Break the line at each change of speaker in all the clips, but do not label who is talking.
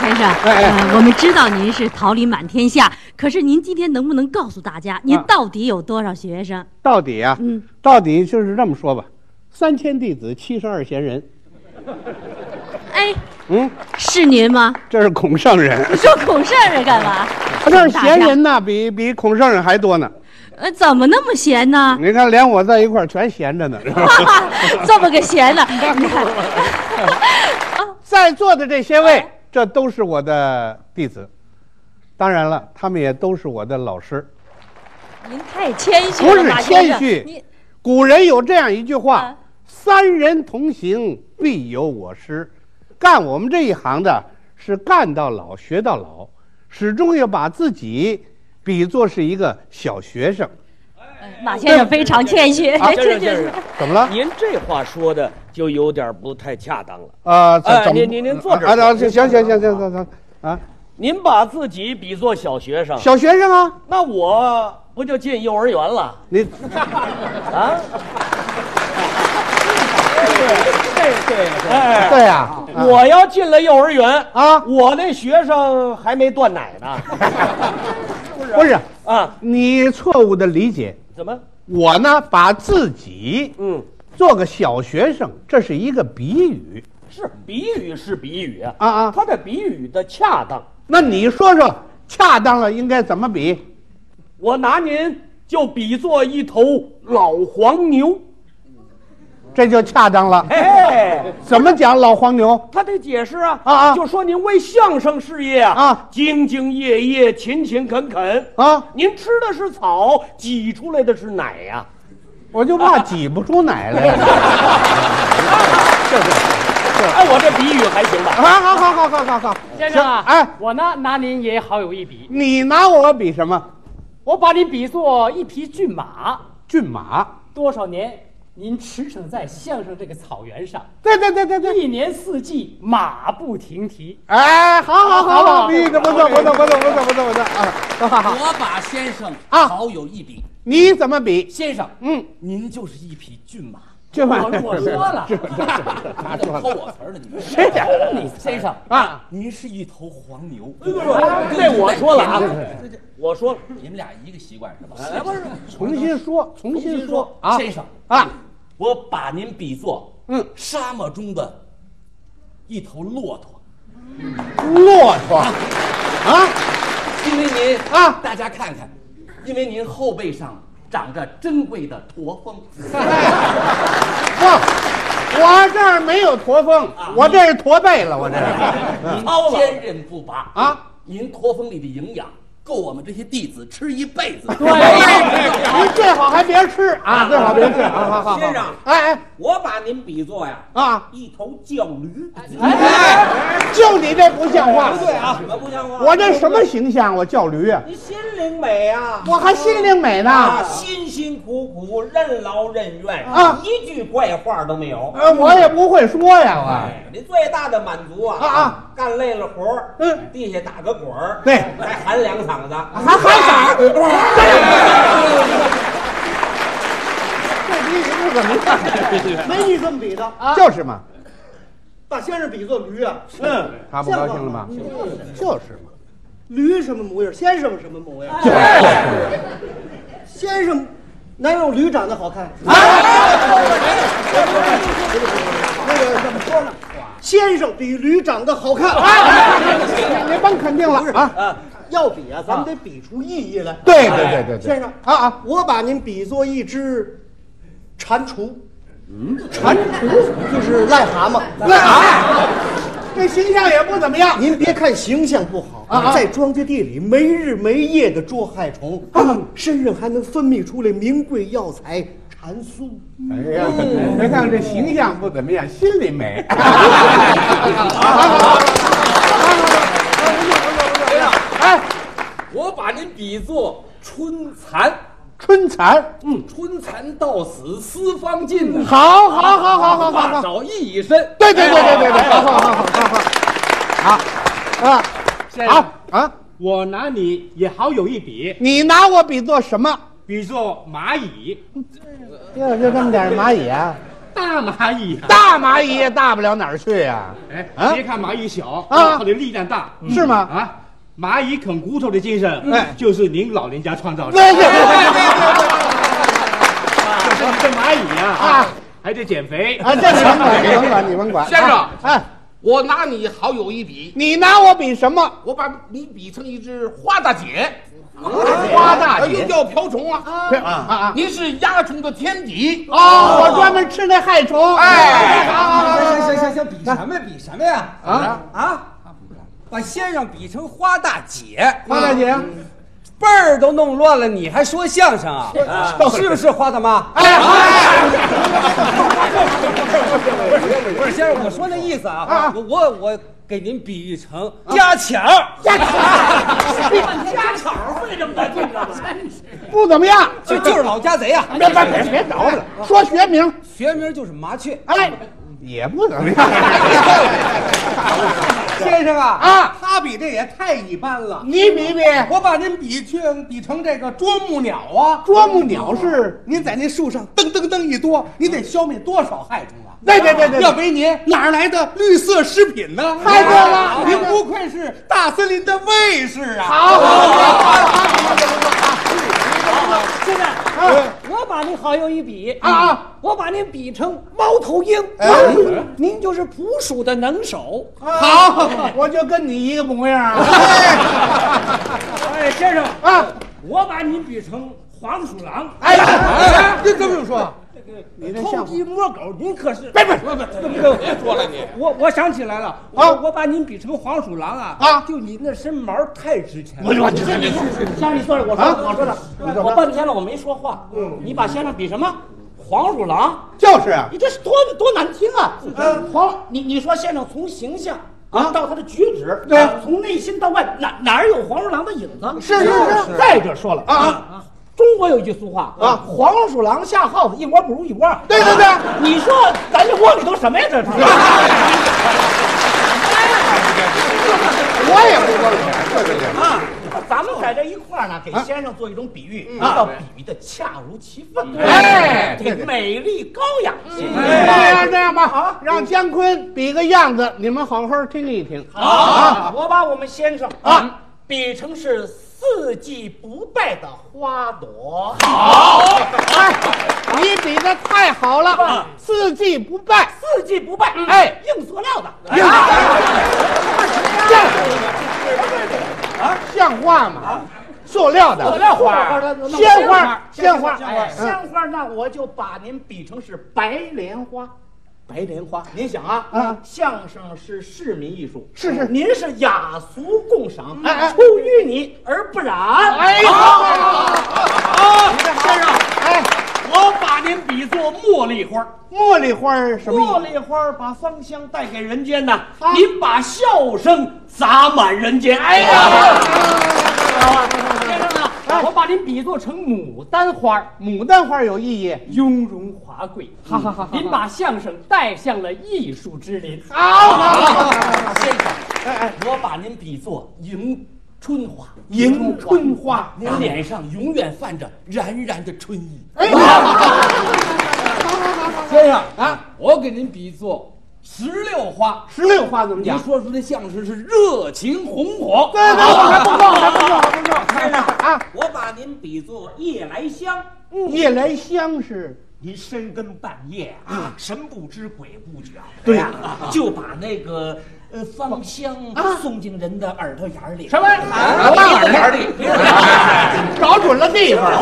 先生，
哎哎
呃，我们知道您是桃李满天下，可是您今天能不能告诉大家，您
啊
到底有多少学生？
到底啊，
嗯
到底就是这么说吧，三千弟子，七十二贤人。
哎，
嗯，
是您吗？
这是孔圣人，
说孔圣人干嘛？
这是贤人呐，比比孔圣人还多呢。
呃，怎么那么闲呢？
你看，连我在一块儿全闲着呢。是吧
这么个闲呢？你看，
在座的这些位，这都是我的弟子，当然了，他们也都是我的老师。
您太谦虚
不
了
是
吧，
谦
先生
虚
你，
古人有这样一句话
啊：“
三人同行，必有我师。”干我们这一行的是干到老学到老，始终要把自己比作是一个小学生。
呃马先生非常谦虚，
啊
这
这是
是
怎么了？
您这话说的就有点不太恰当了。
啊，
哎
怎么
您您您坐这儿
啊，啊行行
您坐这
行
儿
行行行行啊，
您把自己比作小学生，
小学生啊，
那我不就进幼儿园了
你
啊？对对对，哎，
对呀，
我要进了幼儿园
啊
我那学生还没断奶 呢。
不是
啊，
你错误的理解，
怎么？
我呢把自己
嗯，
做个小学生，这是一个比喻。
是比喻是比喻啊
啊啊
他的比喻的恰当，
那你说说，恰当了应该怎么比？
我拿您就比作一头老黄牛。
这就恰当了。
哎，
怎么讲老黄牛？
他得解释啊
啊啊
就说您为相声事业啊
啊
兢兢业业、勤勤恳恳
啊
您吃的是草，挤出来的是奶呀、
我就怕挤不出奶 来。啊
哎，我这比喻还行吧？
好啊好好好好好好，
先生啊，
行哎，
我呢拿您也好有一比，
你拿我比什么？
我把您比作一匹骏马，
骏马？
多少年您驰骋在相声这个草原上，
对对对对对。
一年四季马不停蹄。
哎，好
好
好好
好
好，
好
比喻的不错不错不错不错不错不错啊，好好好。
我把先生
啊
好有一比，
你怎么比？
先生，
嗯，
您就是一匹骏马。
这玩
我我说了，
你怎么偷我词儿呢？ 你们
谁呀？
先生
啊，
您是一头黄牛。
这我说了啊，我说了，
你们俩一个习惯是吧？
重新说，重新说啊，
先生
啊，
我把您比作
嗯
沙漠中的一头骆驼，
骆驼啊
因为您
啊
大家看看，因为您后背上长着珍贵的驼峰。
不，我这儿没有驼峰，我这是驼背啊了，我这 是。嗯
您坚韧不拔
啊！
您驼峰里的营养够我们这些弟子吃一辈子。
您最好还别吃啊，最好别吃啊，好好好。
先生
哎哎
我把您比作呀
啊，
一头犟驴，
哎就你这不像话，
啊，可不像话。
我这什么形象？我叫驴啊，
您心灵美啊，
我还心灵美呢。
啊，辛辛苦苦，任劳任怨
啊
一句怪话都没有。
呃，我也不会说呀，我。
哎，您最大的满足啊
啊啊，
干累了活儿，
嗯，
地下打个滚儿，
对
还喊两嗓子，
还还
嗓子。
这比喻怎么样？没你这么比的啊。就是嘛，
把先生比作驴啊，
嗯他不高兴了吗？就是嘛。
驴什么模样，先生什么模
啊
样？先生哪有驴长得好看？啊！那个怎么说呢？先生比驴长得好看。
啊你甭肯定了啊。
啊，要比啊，咱们得比出意义来。
对对对对对。
先生
啊啊，
我把您比作一只蟾蜍，
嗯蟾蜍，
就是癞蛤蟆。
那啊，这形象也不怎么样。
您别看形象不好
啊啊
在庄稼地里没日没夜的捉害虫，
啊
身上还能分泌出来名贵药材蟾酥。
哎呀，别看这形象不怎么样，心里美。哎，
我把您比作春蚕，
春蚕，
嗯，春蚕到死丝方尽呐，
好，好，好，好，好，好，
发
好，
少一以身。
对对对对对对，好好好好好好，好啊
哎
啊啊！
我拿你也好有一比，
你拿我比作什么？
比作蚂蚁，
就就这么点蚂蚁啊？
大蚂蚁呀、
大蚂蚁也大不了哪儿去呀、
哎，
啊
别看蚂蚁小，
啊
它的力量大，
是吗
啊，蚂蚁啃骨头的精神，
哎
就是您老人家创造的。
对对对对对
就是你这蚂蚁呀、
啊
还得减肥。
啊，这你甭管，你甭管，你甭管。
先生
啊哎，
我拿你好友一比，
你拿我比什么？
我把你比成一只花大姐，
花大
又
姐
叫瓢虫啊，
啊啊！
您是蚜虫的天敌啊，
哦，我专门吃那害虫。
哎
好好好好
啊行行行行，比什么比什么呀？
啊，
啊！把先生比成花大姐，
花大姐，啊
辈儿都弄乱了，你还说相声啊？是不是花大妈？
哎哎，
不是先生，我说那意思啊，我我我给您比喻成家巧儿，
家巧会这么多劲干嘛？
不怎么样。
就就是老家贼啊，
别别别别着了，说学名，
学名就是麻雀。
哎，也不怎么样。
先生啊嗯
啊，
他比这也太一般了。
你比比，
我把您比去比成这个啄木鸟啊，
啄木鸟是？
您在那树上噔噔噔一啄，您得消灭多少害虫啊？
对对对对，
要没您哪儿来的绿色食品呢？
太对了
您不愧是大森林的卫士啊！
好好好嗯
先生，我把您好友一比啊，我把您比成猫头鹰，
哎
啊您就是捕鼠的能手。
啊好，我就跟你一个模样啊。
哎，先生，
啊，
我把您比成黄鼠狼，
哎呀，
哎，这这么说，
你这
偷
像
鸡摸狗，您可是别别别别别说了你！我我想起来了，我我把您比成黄鼠狼啊
啊
就您那身毛太值钱了。
我我这
先生，你坐着，我说
啊
我说的，我半天了我没说话。
嗯
你把先生比什么？黄鼠狼？
就是啊
你这是多多难听啊！黄，你你说先生从形象
啊
到他的举止，
对
从内心到外，哪哪儿有黄鼠狼的影子？
是是是
再者说了
啊啊，
中国有一句俗话
啊
黄鼠狼下耗子，一窝不如一窝。
对对对
你说咱这窝里都什么呀？这是。
我也不光钱，对对对。
啊，咱们在这一块儿呢，给先生做一种比喻，啊，要比喻的恰如其分，
哎
得美丽高雅
嗯
些。
这
哎
哎样这样吧，好，让姜昆比个样子，你们好好听一听。
啊，我把我们先生
嗯
啊比成是四季不败的花朵，
哎，你比的太好了，四季不败。
四季
嗯
不败，
哎，
硬塑料的，
硬啊，像话吗？塑料的，
塑料花，
鲜花，鲜花，
哎鲜花，那我就把您比成是白莲花。白莲花，您想啊，
啊
相声是市民艺术，
是是
您是雅俗共赏，
哎哎
出淤泥而不染。
哎呀，
啊，先生，
哎，
我把您比作茉莉花儿，
茉莉花是什么
茉
意思？
莉花儿把芳香带给人间呐，您把笑声洒满人间。啊哎呀，先生啊，我把您比作成牡丹花儿，
牡丹花有意义。
雍容华贵。哈哈哈！您把相声带向了艺术之林。
先生，我把您比作迎春花，
迎春花，
您脸上永远泛着冉冉的春意。
哎
先生啊，我给您比作石榴花，
石榴花怎么
您
讲？
说出的相声是热情红火。
对对，我还不够，还不够，还不够。
先生
啊，
我把您比作夜来香，
夜来香是
您深更半夜啊，神不知鬼不觉，对呀、就把那个呃芳香送进人的耳朵眼儿里。什么？
到哪儿去？找准了地方。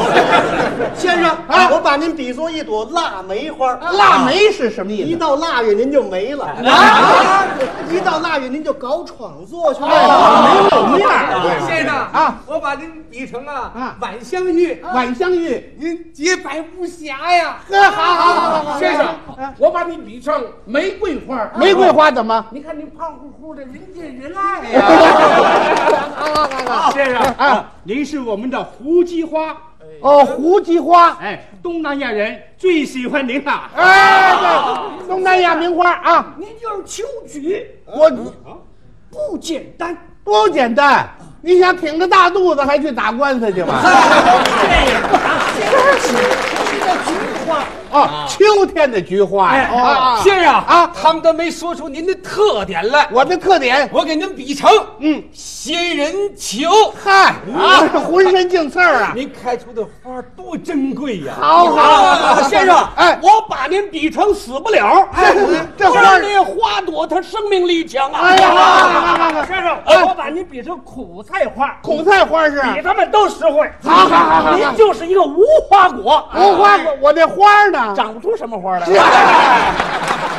先生
啊
我把您比作一朵腊梅花，啊
腊梅是什么
一
意思？
到腊月您就没了
啊！
一到腊月您就搞创作去
哎
了。
没有面儿。
先生
啊，
我把您比成啊
啊
晚香玉，
晚香玉，
您洁白无瑕呀。
呵，啊好好好好好。哎
先生，我把你比上玫瑰花儿，
玫瑰花怎么？
你看您胖乎乎的，人见人爱。
先生
啊，
您是我们的胡姬花，
哦，胡姬花。
哎，东南亚人最喜欢您啊了。
哎，对，东南亚名花啊，
您就是秋菊，
我
不简单。
不简单。你想挺着大肚子还去打官司去吗？
先生，这菊花
啊，秋天的菊花呀，啊，
先生
啊
啊，他们都没说出您的特点来，
我的特点，
我给您比成，
嗯，
仙人球。
嗨啊，浑身净刺儿啊，
您开出的花多珍贵呀！
好
啊，先生，
哎嗯
我把您比成死不了，哎，
这花
花
儿
那花朵它生命力强啊！
哎呀来来来来
先生，我把您比成苦菜花，
苦菜花是，
比他们都实惠。
好好好好
您就是一个无花果，
哦
哎
无花果，我那花儿呢？啊
长不出什么花来。
哎